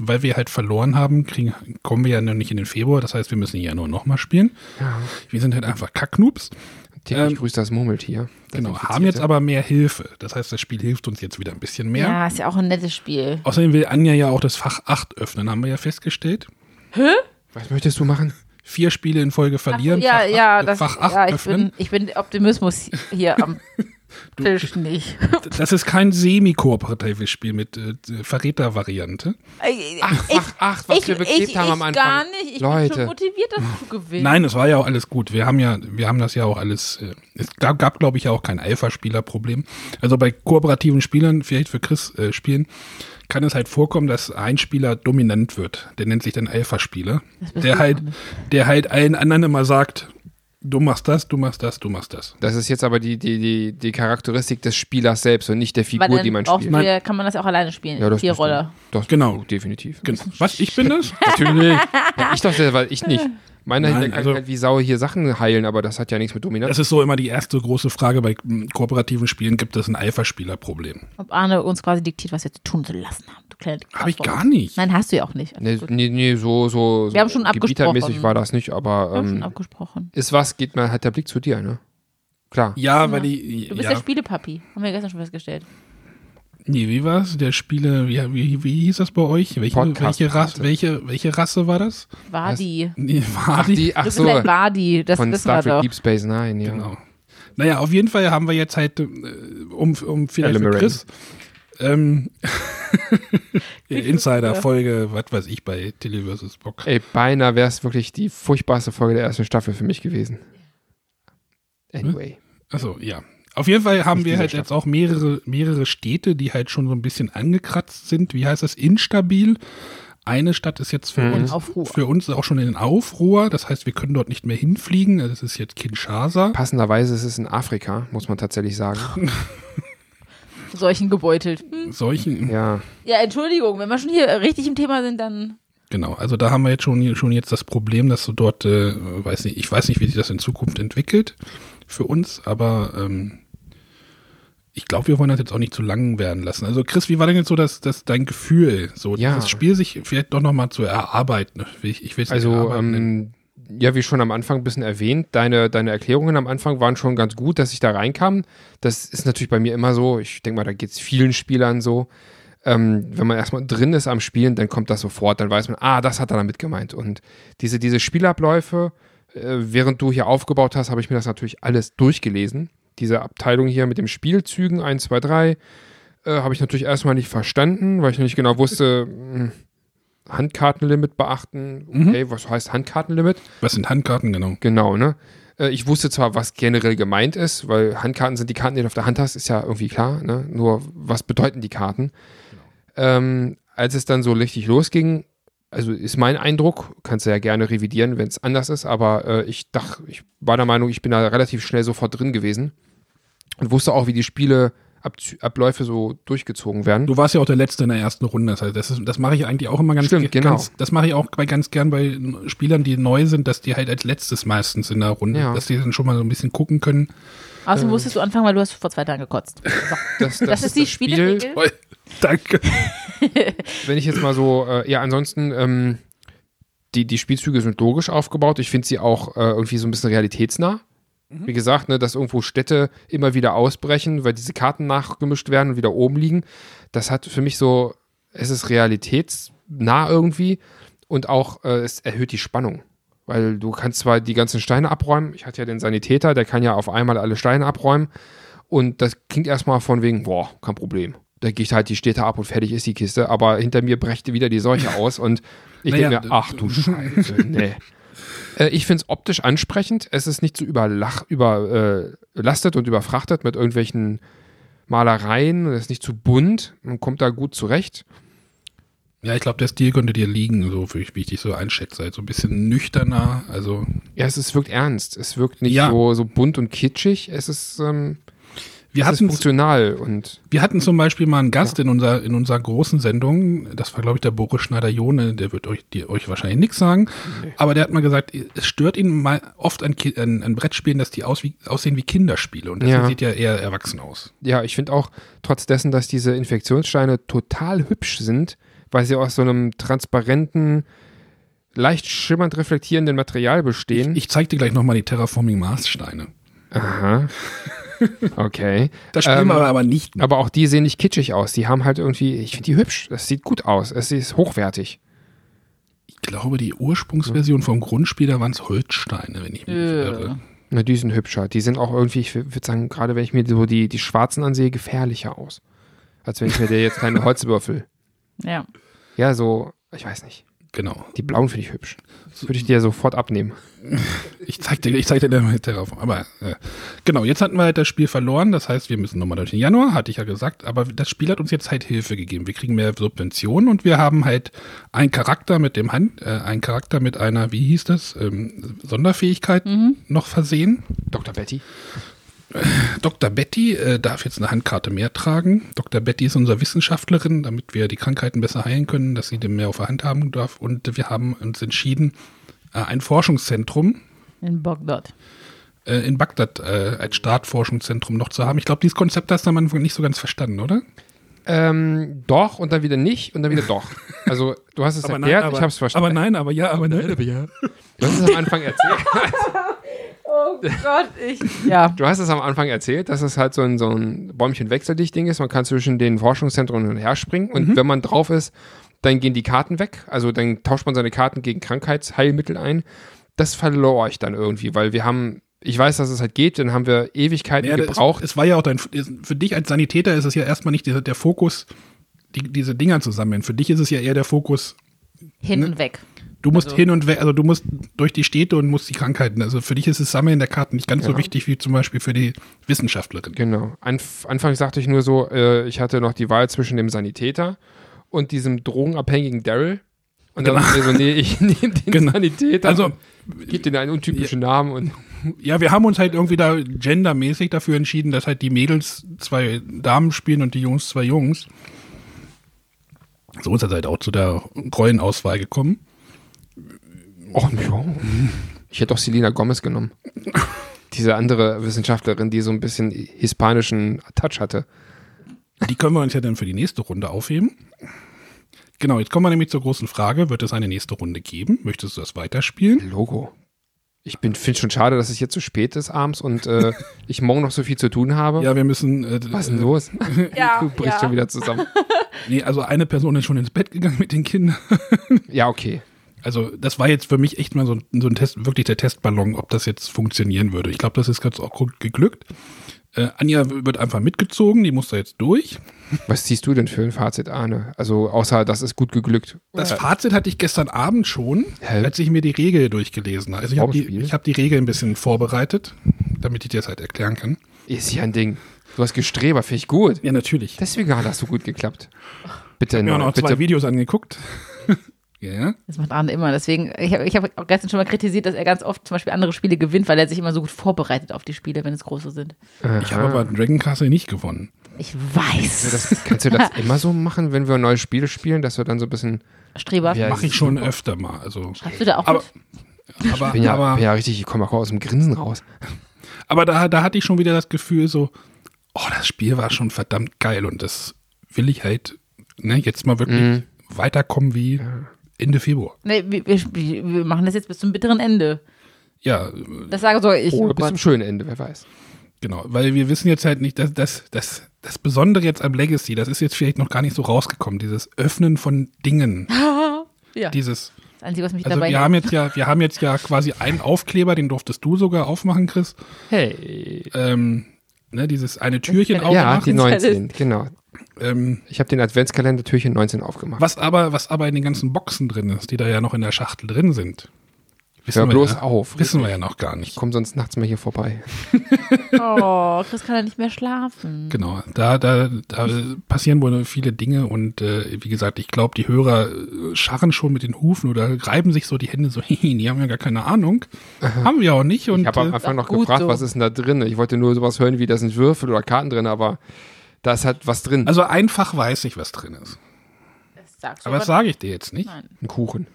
A: Weil wir halt verloren haben, kriegen, kommen wir ja noch nicht in den Februar. Das heißt, wir müssen den Januar nochmal spielen. Wir sind halt einfach Kacknoobs.
B: Täglich
A: Ähm,
B: grüßt das Murmeltier. Das
A: Genau,
B: Infizierte.
A: haben jetzt aber mehr Hilfe. Das heißt, das Spiel hilft uns jetzt wieder ein bisschen mehr.
C: Ja, ist ja auch ein nettes Spiel.
A: Außerdem will Anja ja auch das Fach 8 öffnen, haben wir ja festgestellt.
B: Was möchtest du machen?
A: Vier Spiele in Folge verlieren.
C: ja,
A: Fach
C: ja,
A: 8,
C: das,
A: Fach 8
C: ja, ich
A: öffnen.
C: bin, ich bin Optimismus hier am Tisch nicht.
A: Das ist kein semi-kooperatives Spiel mit äh, Verräter-Variante.
C: Ach,
B: Ach, ach, was wir beklebt
C: ich,
B: haben
C: ich
B: am Anfang.
C: gar nicht. Ich bin schon
B: Leute,
C: motiviert, das zu gewinnen.
A: Nein, es war ja auch alles gut. Wir haben ja, wir haben das ja auch alles. Äh, es gab, gab glaube ich, ja auch kein Alpha-Spieler-Problem. Also bei kooperativen Spielern, vielleicht für Chris äh, spielen, kann es halt vorkommen, dass ein Spieler dominant wird. Der nennt sich dann Alpha-Spieler. Der halt, der halt allen anderen immer sagt, du machst das, du machst das, du machst das.
B: das ist jetzt aber die, die, die, die Charakteristik des Spielers selbst und nicht der
C: Weil
B: Figur, die man
C: braucht
B: spielt.
C: wir- kann man das auch alleine spielen.
B: Ja, das
C: Vier
B: müssen-
C: Roller.
B: Das
A: Genau.
B: definitiv.
A: Genau. Was? Ich bin das?
B: Natürlich. Ja, ich doch, weil ich nicht. Meiner
A: Nein,
B: Nein, kann
A: also-
B: halt wie Sau hier Sachen heilen, aber das hat ja nichts mit Dominanz.
A: Das ist so immer die erste große Frage bei mm, kooperativen Spielen, gibt es ein Alpha-Spieler-Problem?
C: Ob Arne uns quasi diktiert, was wir zu tun zu lassen haben. Du kleine
A: Habe ich
C: Kackfrau.
A: gar nicht.
C: Nein, hast du ja auch nicht. Alles
B: Nee,
C: gut.
B: nee, nee, so, so, so
C: Wir haben schon abgesprochen.
B: gebietermäßig war das nicht, aber
C: Wir haben schon
B: ähm,
C: abgesprochen.
B: ist was, geht mal halt der Blick zu dir, ne? Klar.
A: Ja, weil die.
C: Du bist
A: ja.
C: der Spielepapi. Haben wir gestern schon festgestellt.
A: Nee, wie war's? Der Spiele, wie, wie, wie hieß das bei euch? Welche,
B: Podcast-
A: welche, Rasse, welche, welche Rasse war das?
C: Wadi.
A: Nee, war
B: Ach,
A: die?
B: die, ach
C: Du bist
B: so,
C: halt Wadi. Das
B: von
C: wissen
B: Star
C: wir
B: Trek
C: doch.
B: Deep Space Nine, ja.
A: Genau. Naja, auf jeden Fall haben wir jetzt halt, äh, um, um vielleicht für
B: Element.
A: Chris, ähm, Insider-Folge, was weiß ich, bei Televersus Bock.
B: Ey, beinahe wäre es wirklich die furchtbarste Folge der ersten Staffel für mich gewesen.
A: Hm?
B: Anyway.
A: Achso, Also, ja. Auf jeden Fall haben
B: Nicht
A: wir
B: dieser
A: halt jetzt auch mehrere, mehrere Städte, die halt schon so ein bisschen angekratzt sind. Wie heißt das? Instabil. Eine Stadt ist jetzt für
B: Mhm.
A: uns
C: Aufruhr.
A: für uns auch schon in Aufruhr. Das heißt, wir können dort nicht mehr hinfliegen. Das ist jetzt Kinshasa.
B: Passenderweise ist es in Afrika, muss man tatsächlich sagen.
C: Solchen gebeutelt. Hm.
A: Solchen,
B: Ja.
C: Ja, Entschuldigung. Wenn wir schon hier richtig im Thema sind, dann
A: Genau, also da haben wir jetzt schon, schon jetzt das Problem, dass du dort, äh, weiß nicht, ich weiß nicht, wie sich das in Zukunft entwickelt für uns, aber ähm, ich glaube, wir wollen das jetzt auch nicht zu lang werden lassen. Also Chris, wie war denn jetzt so das, das dein Gefühl, so
B: Ja.
A: das Spiel sich vielleicht doch nochmal zu erarbeiten? Ich, ich will es nicht
B: Also,
A: erarbeiten nennen.
B: ähm, ja, wie schon am Anfang ein bisschen erwähnt, deine, deine Erklärungen am Anfang waren schon ganz gut, dass ich da reinkam. Das ist natürlich bei mir immer so. Ich denke mal, da geht es vielen Spielern so. Ähm, wenn man erstmal drin ist am Spielen, dann kommt das sofort. Dann weiß man, ah, das hat er damit gemeint. Und diese, diese Spielabläufe, äh, während du hier aufgebaut hast, habe ich mir das natürlich alles durchgelesen. Diese Abteilung hier mit dem Spielzügen 1, 2, 3 äh, habe ich natürlich erstmal nicht verstanden, weil ich nicht genau wusste, mh, Handkartenlimit beachten. Okay, was heißt Handkartenlimit?
A: was sind Handkarten genau?
B: Genau, ne? Äh, Ich wusste zwar, was generell gemeint ist, weil Handkarten sind die Karten, die du auf der Hand hast, ist ja irgendwie klar, ne? Nur, was bedeuten die Karten? Ähm, als es dann so richtig losging, also ist mein Eindruck, kannst du ja gerne revidieren, wenn es anders ist, aber äh, ich dachte, ich war der Meinung, ich bin da relativ schnell sofort drin gewesen und wusste auch, wie die Spiele, Abzü- Abläufe so durchgezogen werden.
A: Du warst ja auch der Letzte in der ersten Runde, das heißt, das, ist, das mache ich eigentlich auch immer ganz
B: Stimmt,
A: ge-
B: genau.
A: ganz, Das mache ich auch bei, ganz gern bei Spielern, die neu sind, dass die halt als letztes meistens in der Runde,
B: Ja.
A: dass die dann schon mal so ein bisschen gucken können.
C: Außerdem musstest du anfangen, weil du hast vor zwei Tagen gekotzt. So.
B: Äh. Das,
C: Das, ist die
B: das Spiel.
C: Spielregel.
A: Danke.
B: Wenn ich jetzt mal so, äh, ja, ansonsten, ähm, die, die Spielzüge sind logisch aufgebaut. Ich finde sie auch äh, irgendwie so ein bisschen realitätsnah. Wie gesagt, ne, dass irgendwo Städte immer wieder ausbrechen, weil diese Karten nachgemischt werden und wieder oben liegen. Das hat für mich so, es ist realitätsnah irgendwie und auch äh, es erhöht die Spannung. Weil du kannst zwar die ganzen Steine abräumen, ich hatte ja den Sanitäter, der kann ja auf einmal alle Steine abräumen, und das klingt erstmal von wegen, boah, kein Problem. Da gehe ich halt die Städte ab und fertig ist die Kiste. Aber hinter mir brechte wieder die Seuche aus und ich
A: Naja,
B: denke mir, ach du Scheiße, nee. Äh, Ich finde es optisch ansprechend. Es ist nicht so überlach, äh, überlastet und überfrachtet mit irgendwelchen Malereien. Es ist nicht zu bunt. Man kommt da gut zurecht.
A: Ja, ich glaube, der Stil könnte dir liegen, so wie ich, wie ich dich so einschätze. Also ein bisschen nüchterner, also
B: Ja, es, ist, wirkt ernst. Es wirkt nicht
A: Ja.
B: so, so bunt und kitschig. Es ist, ähm,
A: wir
B: es ist
A: hatten
B: funktional und
A: wir hatten zum Beispiel mal einen Gast in unserer in unserer großen Sendung. Das war glaube ich der Boris Schneider Jone. Der wird euch die, euch wahrscheinlich nichts sagen, aber der hat mal gesagt, es stört ihn mal oft an, Ki- an, an Brettspielen, dass die aus, wie, aussehen wie Kinderspiele und das
B: Ja.
A: hier sieht ja eher erwachsen aus.
B: ja, ich finde auch, trotz dessen, dass diese Infektionssteine total hübsch sind, weil sie aus so einem transparenten, leicht schimmernd reflektierenden Material bestehen.
A: Ich zeig dir gleich noch mal die Terraforming Mars Steine.
B: Aha. Okay.
A: Das spielen
B: Ähm,
A: wir aber nicht.
B: Aber auch die sehen nicht kitschig aus. Die haben halt irgendwie, ich finde die hübsch. Das sieht gut aus. Es ist hochwertig.
A: Ich glaube, die Ursprungsversion vom Grundspiel, da waren es Holzsteine, wenn ich mich nicht irre.
B: Na, Ne, die sind hübscher. Die sind auch irgendwie, ich würde sagen, gerade wenn ich mir so die, die schwarzen ansehe, gefährlicher aus. Als wenn ich mir der jetzt kleine Holzwürfel.
C: Ja.
B: Ja, so, ich weiß nicht.
A: Genau.
B: Die blauen finde ich hübsch. Würde ich dir sofort abnehmen.
A: Ich zeig dir, ich zeig dir dann mal Terraform. Aber äh, genau, jetzt hatten wir halt das Spiel verloren. Das heißt, wir müssen nochmal durch den Januar, hatte ich ja gesagt. Aber das Spiel hat uns jetzt halt Hilfe gegeben. Wir kriegen mehr Subventionen und wir haben halt einen Charakter mit dem Hand, äh, einen Charakter mit einer, wie hieß das, ähm, Sonderfähigkeit noch versehen.
B: Dr. Betty.
A: Dr. Betty äh, darf jetzt eine Handkarte mehr tragen. Dr. Betty ist unsere Wissenschaftlerin, damit wir die Krankheiten besser heilen können, dass sie dem mehr auf der Hand haben darf. Und wir haben uns entschieden, äh, ein Forschungszentrum
C: in Bagdad.
A: äh, in Bagdad äh, als Startforschungszentrum noch zu haben. Ich glaube, dieses Konzept hast du am Anfang nicht so ganz verstanden, oder?
B: Ähm, doch und dann wieder nicht und dann wieder doch. Also du hast es erklärt, ich habe es verstanden.
A: Aber nein, aber ja, aber nein, aber ja.
B: Du hast es am Anfang erzählt.
C: Oh Gott, ich. Ja.
B: Du hast es am Anfang erzählt, dass es halt so ein, so ein Bäumchen-Wechseldicht-Ding ist. Man kann zwischen den Forschungszentren hin und her springen. Und
A: Mhm.
B: wenn man drauf ist, dann gehen die Karten weg. Also dann tauscht man seine Karten gegen Krankheitsheilmittel ein. Das verlor ich dann irgendwie, weil wir haben, ich weiß, dass es halt geht, dann haben wir Ewigkeiten
A: Ja,
B: gebraucht.
A: Es, es war ja auch dein, für dich als Sanitäter ist es ja erstmal nicht der, der Fokus, die, diese Dinger zu sammeln. Für dich ist es ja eher der Fokus,
C: Hinten
B: Ne?
C: weg.
A: du musst hin und weg, also du musst durch die Städte und musst die Krankheiten. Also für dich ist das Sammeln der Karten nicht ganz so wichtig wie zum Beispiel für die Wissenschaftlerin.
B: Genau. Anf Anfangs sagte ich nur so, äh, ich hatte noch die Wahl zwischen dem Sanitäter und diesem drogenabhängigen Daryl. Und dann dachte ich mir so, nee, ich nehme den
A: Genau.
B: Sanitäter.
A: Also-
B: und gib den einen untypischen Namen und
A: Ja, wir haben uns halt irgendwie da gendermäßig dafür entschieden, dass halt die Mädels zwei Damen spielen und die Jungs zwei Jungs. So ist er halt auch zu der Rollenauswahl gekommen.
B: Oh, ja. Ich hätte auch Selena Gomez genommen. Diese andere Wissenschaftlerin, die so ein bisschen hispanischen Touch hatte.
A: Die können wir uns ja dann für die nächste Runde aufheben. Genau, jetzt kommen wir nämlich zur großen Frage. Wird es eine nächste Runde geben? Möchtest du das weiterspielen?
B: Logo. Ich finde es schon schade, dass es jetzt so spät ist abends und äh, ich morgen noch so viel zu tun habe.
A: Ja, wir müssen. Äh,
B: Was ist denn los?
C: Ja,
B: du brichst
C: ja.
B: schon wieder zusammen.
A: Nee, also eine Person ist schon ins Bett gegangen mit den Kindern.
B: Ja, okay.
A: Also, das war jetzt für mich echt mal so ein, so ein Test, wirklich der Testballon, ob das jetzt funktionieren würde. Ich glaube, das ist ganz auch gut geglückt. Äh, Anja wird einfach mitgezogen, die muss da jetzt durch.
B: Was ziehst du denn für ein Fazit, Arne? Also, außer, das ist gut geglückt.
A: Das Fazit hatte ich gestern Abend schon,
B: Hä?
A: als ich mir die Regel durchgelesen habe. Also ich habe die,
B: Vorspiel?
A: ich hab die Regel ein bisschen vorbereitet, damit ich dir das halt erklären kann.
B: Ist ja ein Ding. Du hast Gestreber, finde ich gut.
A: Ja, natürlich.
B: Deswegen hat das so gut geklappt.
A: Ich
B: Bitte,
A: habe mir auch
B: neu,
A: noch zwei
B: bitte.
A: Videos angeguckt. ja.
C: Das macht Arne immer. Deswegen, ich habe ich hab auch gestern schon mal kritisiert, dass er ganz oft zum Beispiel andere Spiele gewinnt, weil er sich immer so gut vorbereitet auf die Spiele, wenn es große sind.
A: Ich habe aber Dragon Castle nicht gewonnen.
C: Ich weiß.
B: Das, kannst du das immer so machen, wenn wir neue Spiele spielen, dass wir dann so ein bisschen
C: Streber.
B: Ja,
A: Mache ich schon öfter mal. Also,
C: Schreibst du da auch
A: aber,
C: mit?
A: aber,
B: bin ja,
A: aber,
B: bin ja richtig, ich komme auch aus dem Grinsen raus.
A: aber da, da hatte ich schon wieder das Gefühl so, oh, das Spiel war schon verdammt geil und das will ich halt ne, jetzt mal wirklich weiterkommen wie Ende Februar.
C: Nee, wir, wir, wir machen das jetzt bis zum bitteren Ende.
A: Ja,
C: Das sage sogar ich.
B: Oder
C: Oh
B: bis
C: Gott.
B: zum schönen Ende, wer weiß.
A: Genau, weil wir wissen jetzt halt nicht, dass, dass, dass das Besondere jetzt am Legacy, das ist jetzt vielleicht noch gar nicht so rausgekommen, dieses Öffnen von Dingen,
C: Ja, das
A: dieses.
C: Einzige, was mich
A: Also
C: dabei
A: wir haben jetzt ja, wir haben jetzt ja quasi einen Aufkleber, den durftest du sogar aufmachen, Chris.
B: Hey.
A: Ähm, ne, dieses eine Türchen
B: Ja, die
A: aufmachen.
C: Ach, das
B: 19, genau.
A: ähm,
B: Ich habe den Adventskalender Türchen 19 aufgemacht.
A: was aber, was aber in den ganzen Boxen drin ist, die da ja noch in der Schachtel drin sind. Wissen
B: Hör bloß
A: ja,
B: auf.
A: Wissen wir ja noch gar nicht. Hm,
B: Komm sonst nachts mal hier vorbei.
C: Oh, Chris kann ja nicht mehr schlafen.
A: Genau, da, da, da passieren wohl viele Dinge und äh, wie gesagt, ich glaube, die Hörer äh, scharren schon mit den Hufen oder reiben sich so die Hände so, die haben ja gar keine Ahnung. Haben wir auch nicht. Und,
B: Ich habe am
A: äh,
B: Anfang noch
C: gut
B: gefragt,
C: so.
B: was ist denn da drin? Ich wollte nur sowas hören wie, da sind Würfel oder Karten drin, aber da ist halt was drin.
A: also einfach weiß ich, was drin ist.
C: Das sagst du
A: Aber das sage ich dir jetzt nicht.
C: Nein.
B: Ein Kuchen.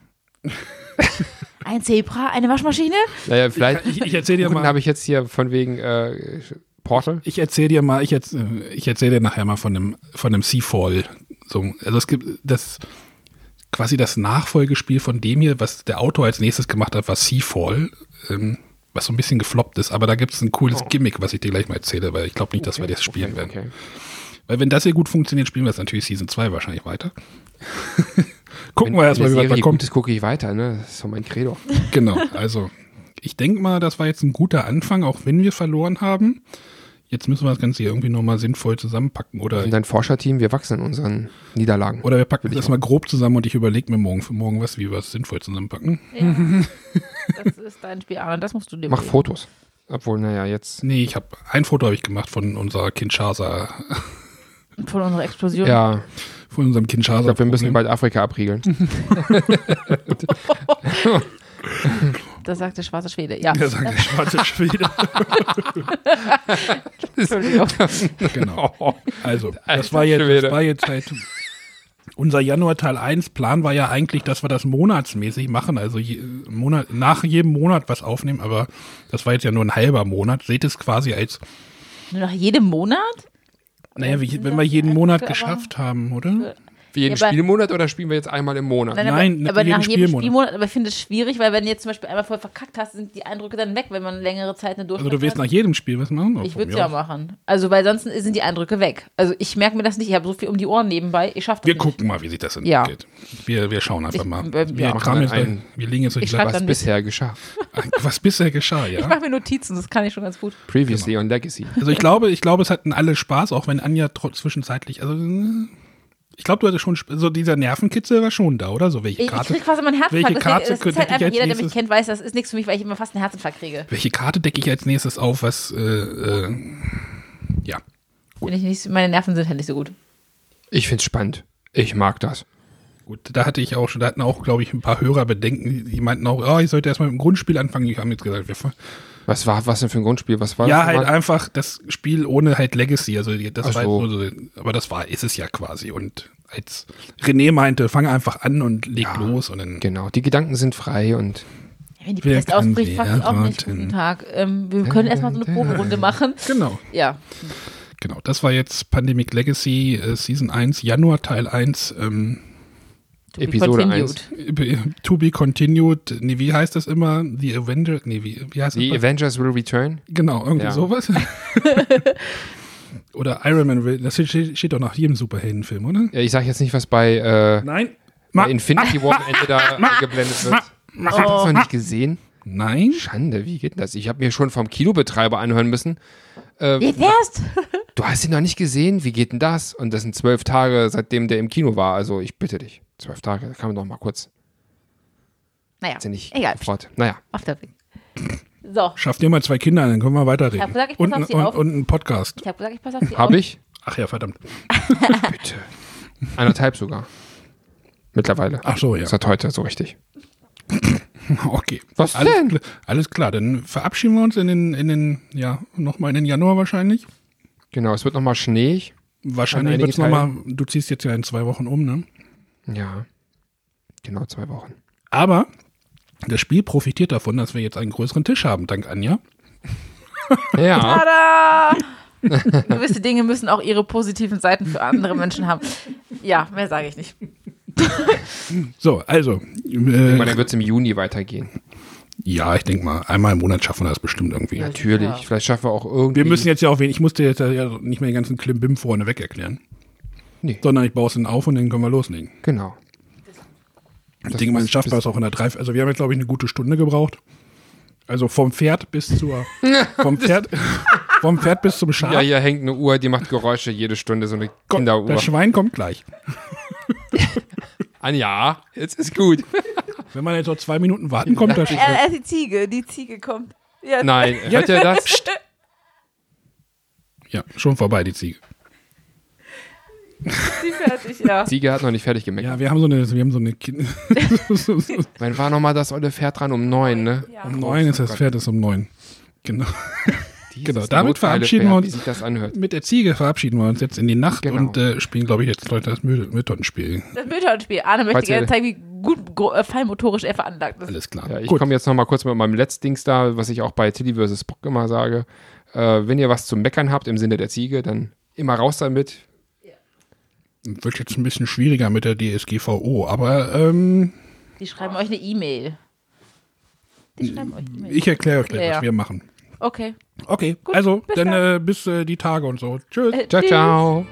C: Ein Zebra, eine Waschmaschine?
B: Naja, vielleicht
A: Ich, ich erzähle dir
B: Kuchen
A: mal.
B: habe ich jetzt hier von wegen äh, Portal.
A: Ich erzähle dir mal, ich, erz- äh, ich erzähle dir nachher mal von dem, von dem Seafall. So, also es gibt das quasi das Nachfolgespiel von dem hier, was der Autor als nächstes gemacht hat, war Seafall, ähm, was so ein bisschen gefloppt ist. Aber da gibt es ein cooles Gimmick, was ich dir gleich mal erzähle, weil ich glaube nicht, dass wir das spielen werden.
B: Oh. Okay.
A: Weil wenn das hier gut funktioniert, spielen wir es natürlich Season 2 wahrscheinlich weiter. Gucken wir
B: Wenn
A: erstmal,
B: die
A: wie weit
B: Serie
A: wir
B: gut
A: kommt.
B: ist, gucke ich weiter. Ne? Das ist so mein Credo.
A: Genau, also ich denke mal, das war jetzt ein guter Anfang, auch wenn wir verloren haben. Jetzt müssen wir das Ganze hier irgendwie nochmal sinnvoll zusammenpacken oder
B: Und dein Forscherteam, wir wachsen in unseren Niederlagen.
A: Oder wir packen das mal grob zusammen und ich überlege mir morgen für morgen was, wie wir es sinnvoll zusammenpacken.
C: Das ist dein Spiel, Arne. Das musst du dir
B: Mach
C: überlegen.
B: Fotos. Obwohl, naja, jetzt.
A: Nee, ich habe ein Foto habe ich gemacht von unserer Kinshasa,
C: Von unserer Explosion.
B: Ja,
A: von unserem Kinshasa.
B: ich glaube, wir müssen bald Afrika abriegeln.
C: Das sagt der schwarze Schwede. Ja.
A: Ja, sagen der schwarze Schwede.
C: Entschuldigung.
A: genau. Also, das war,
B: Schwede.
A: jetzt, das war jetzt halt unser Januar Teil 1 Plan war ja eigentlich, dass wir das monatsmäßig machen, also je, Monat, nach jedem Monat was aufnehmen, aber das war jetzt ja nur ein halber Monat. Seht es quasi als,
C: Nur nach jedem Monat?
A: naja, wie, wenn wir jeden Monat geschafft haben, oder?
B: Für jeden
C: Ja, aber-
B: Spielmonat oder spielen wir jetzt einmal im Monat?
C: Nein, aber,
A: Nein,
C: aber
A: jeden
C: nach jedem
A: Spielmonat.
C: Spielmonat. Aber ich finde es schwierig, weil wenn du jetzt zum Beispiel einmal voll verkackt hast, sind die Eindrücke dann weg, wenn man längere Zeit eine
A: Also
C: Durchfahrt
A: du wirst
C: hat.
A: nach jedem Spiel was machen?
C: Ich würde es ja machen. Also, weil sonst sind die Eindrücke weg. Also, ich merke mir das nicht. Ich habe so viel um die Ohren nebenbei. Ich schaffe das
A: Wir
C: nicht.
A: gucken mal, wie sich das
C: Ja.
A: entwickelt. Wir, wir schauen einfach
C: Ich-
A: mal.
C: äh,
A: Wir,
C: ja.
A: kramen jetzt,
B: Ein-
A: wir liegen jetzt durch
C: Ich
A: die
C: schreib
B: Was
C: dann
B: bisher geschah.
A: Was bisher geschah, ja?
C: Ich mache mir Notizen, das kann ich schon ganz gut.
B: Previously on Legacy.
A: Also ich glaube, ich glaube, es hatten alle Spaß, auch wenn Anja tro- zwischenzeitlich, also äh, ich glaube, du hattest schon, Sp- so dieser Nervenkitzel war schon da, oder? So welche
C: Ich, ich
A: Karte,
C: kriege fast immer einen
A: welche
C: Herzinfarkt. Das-
A: Karte
C: das ist
A: könnte
C: halt
A: ich
C: einfach,
A: als
C: jeder, der mich
A: nächstes,
C: kennt, weiß, das ist nichts für mich, weil ich immer fast einen Herzinfarkt kriege.
A: welche Karte decke ich als nächstes auf, was, äh, äh, ja.
C: Wenn ich nicht, meine Nerven sind halt nicht so gut.
B: Ich find's spannend. Ich mag das.
A: Gut, da hatte ich auch schon, da hatten auch, glaube ich, ein paar Hörer Bedenken, die meinten auch, oh, ich sollte erstmal mit dem Grundspiel anfangen. Die haben jetzt gesagt, wir fa-
B: Was war was denn für ein Grundspiel? Was war
A: ja,
B: das?
A: halt
B: nochmal?
A: einfach das Spiel ohne halt Legacy, also
B: Ach
A: das war jetzt
B: so.
A: nur so, aber das war, ist es ja quasi und als René meinte, fange einfach an und leg los und dann
B: Genau, die Gedanken sind frei und
C: Ja, wenn die
A: Wir
C: Pest
A: können
C: ausbricht, fragt ich auch nicht.
A: warten.
C: Guten Tag. Ähm, wir können erstmal so eine Proberunde machen.
A: genau.
C: Ja.
A: Genau, das war jetzt Pandemic Legacy äh, Season 1, Januar Teil 1, ähm,
C: to be
B: Episode
C: continued.
B: 1.
A: äh, To Be Continued, nee, wie heißt das immer? The Avenger, nee, wie, wie heißt
B: Die
A: das?
B: Avengers will return.
A: genau, irgendwie
B: Ja.
A: sowas. Oder Iron Man, will- das steht steht doch nach jedem Superheldenfilm, oder?
B: Ja, ich sag jetzt nicht, was bei, äh,
A: Nein. Ma
B: bei Infinity War am Ende da eingeblendet wird. Ich hab das noch nicht gesehen.
A: Nein?
B: Schande, wie geht denn das? Ich habe mir schon vom Kinobetreiber anhören müssen. Äh,
C: Jetzt erst!
B: du hast ihn noch nicht gesehen, wie geht denn das? Und das sind zwölf Tage, seitdem der im Kino war. Also ich bitte dich. Zwölf Tage, da kann man doch mal kurz.
C: Naja,
B: Ist ja nicht
C: egal.
B: sofort. Naja.
C: Auf der Weg. So,
A: Schafft ihr mal zwei Kinder, dann können wir
C: Ich
A: weiterreden.
C: hab gesagt, ich
A: und,
C: pass auf
A: und,
C: sie auf.
A: und einen Podcast.
C: ich habe gesagt, ich passe auf die
B: Hab
C: auf.
B: ich?
A: Ach ja, verdammt.
B: Bitte. Eineinhalb sogar. Mittlerweile.
A: Ach so, ja.
B: Seit heute, so richtig.
A: Okay.
B: Was
A: alles,
B: denn?
A: kl- Alles klar, dann verabschieden wir uns in den, in den ja, nochmal in den Januar wahrscheinlich.
B: Genau, es wird nochmal schneeig. An
A: Wahrscheinlich
B: einigen
A: wird es nochmal, du ziehst jetzt ja in zwei Wochen um, ne?
B: Ja. Genau, zwei Wochen.
A: Aber das Spiel profitiert davon, dass wir jetzt einen größeren Tisch haben, dank Anja.
B: Ja.
C: Tada! Gewisse Dinge müssen auch ihre positiven Seiten für andere Menschen haben. Ja, mehr sage ich nicht.
A: So, also.
B: Ich meine, dann
A: Äh,
B: wird es im Juni weitergehen.
A: ja, ich denke mal, einmal im Monat schaffen wir das bestimmt irgendwie.
C: Ja.
B: Natürlich.
C: sicher.
B: Vielleicht schaffen wir auch irgendwie.
A: Wir müssen jetzt ja auch wenig, ich musste jetzt ja nicht mehr den ganzen Klimbim vorne weg erklären.
B: Nee.
A: Sondern ich baue es dann auf und dann können wir loslegen.
B: Genau.
A: Ich denke mal, dann
B: ist-
A: schaffen wir
B: das-
A: es auch in der drei. Also wir haben jetzt, glaube ich, eine gute Stunde gebraucht. Also vom Pferd bis zur. Vom Pferd, vom Pferd bis zum Schaf.
B: Ja, hier hängt eine Uhr, die macht Geräusche jede Stunde, so eine
A: Komm,
B: Kinderuhr.
A: das Schwein kommt gleich.
B: Anja, jetzt ist gut.
A: Wenn man jetzt noch zwei Minuten warten kommt, das
C: Äh, erst die Ziege, die Ziege kommt. Ja,
B: Nein, hört ihr das?
A: Ja, schon vorbei, die Ziege.
C: die fertig, ja.
B: Sieger hat noch nicht fertig gemerkt.
A: Ja, wir haben so eine, wir haben so eine Kind
B: Wann war nochmal das olle Pferd dran? Um neun, ne?
A: um neun ist das Pferd ist um neun. Genau.
B: Dieses
A: Genau, damit
B: notfeile
A: verabschieden
B: Pferd,
A: wir uns.
B: Wie sich das anhört.
A: Mit der Ziege verabschieden wir uns jetzt in die Nacht
B: Genau.
A: und äh, spielen, glaube ich, jetzt Leute das Müll- Mülltonnenspiel.
C: Das Mülltautenspiel. Arne möchte
B: Warte.
C: gerne zeigen, wie gut gro- äh, feinmotorisch er veranlagt ist.
A: Alles klar.
B: Ja, ich
A: Gut.
B: komme jetzt nochmal kurz mit meinem Letztdings da, was ich auch bei Tilly vs. Bock immer sage. Äh, wenn ihr was zum Meckern habt im Sinne der Ziege, dann immer raus damit.
A: Wird jetzt ein bisschen schwieriger mit der DSGVO, aber ähm,
C: Die schreiben euch eine E-Mail. Die schreiben euch eine E-Mail.
A: ich erkläre euch gleich,
C: Ja,
A: was
C: ja.
A: wir machen.
C: Okay.
A: Okay, also dann äh, bis äh, die Tage und so. Tschüss.
C: Äh,
B: Ciao,
C: tschüss.
B: ciao.